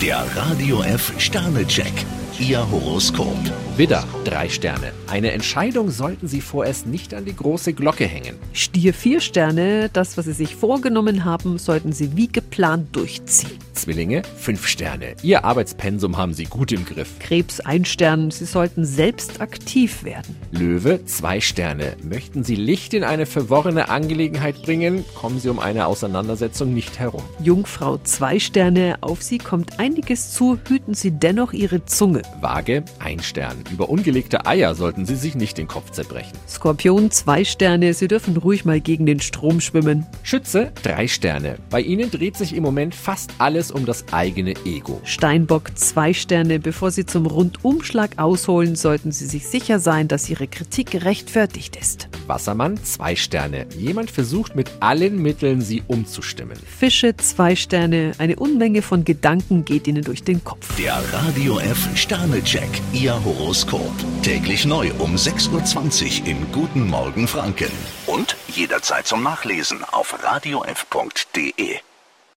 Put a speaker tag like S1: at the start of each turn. S1: Der Radio F Sternecheck. Ihr Horoskop.
S2: Widder, drei Sterne. Eine Entscheidung sollten Sie vorerst nicht an die große Glocke hängen.
S3: Stier vier Sterne, das, was Sie sich vorgenommen haben, sollten Sie wie geplant durchziehen.
S2: Zwillinge, fünf Sterne. Ihr Arbeitspensum haben Sie gut im Griff.
S3: Krebs ein Stern, Sie sollten selbst aktiv werden.
S2: Löwe, zwei Sterne. Möchten Sie Licht in eine verworrene Angelegenheit bringen, kommen Sie um eine Auseinandersetzung nicht herum.
S3: Jungfrau zwei Sterne, auf Sie kommt einiges zu, hüten Sie dennoch Ihre Zunge.
S2: Waage, ein Stern. Über ungelegte Eier sollten Sie sich nicht den Kopf zerbrechen.
S3: Skorpion zwei Sterne, Sie dürfen ruhig mal gegen den Strom schwimmen.
S2: Schütze, drei Sterne. Bei Ihnen dreht sich im Moment fast alles um das eigene Ego.
S3: Steinbock zwei Sterne, bevor Sie zum Rundumschlag ausholen, sollten Sie sich sicher sein, dass Ihre Kritik gerechtfertigt ist.
S2: Wassermann, zwei Sterne. Jemand versucht mit allen Mitteln, Sie umzustimmen.
S3: Fische zwei Sterne, eine Unmenge von Gedanken geht Ihnen durch den Kopf.
S1: Der Radio F Sternecheck. Ihr Horoskop. Täglich neu um 6.20 Uhr im Guten Morgen Franken. Und jederzeit zum Nachlesen auf radiof.de.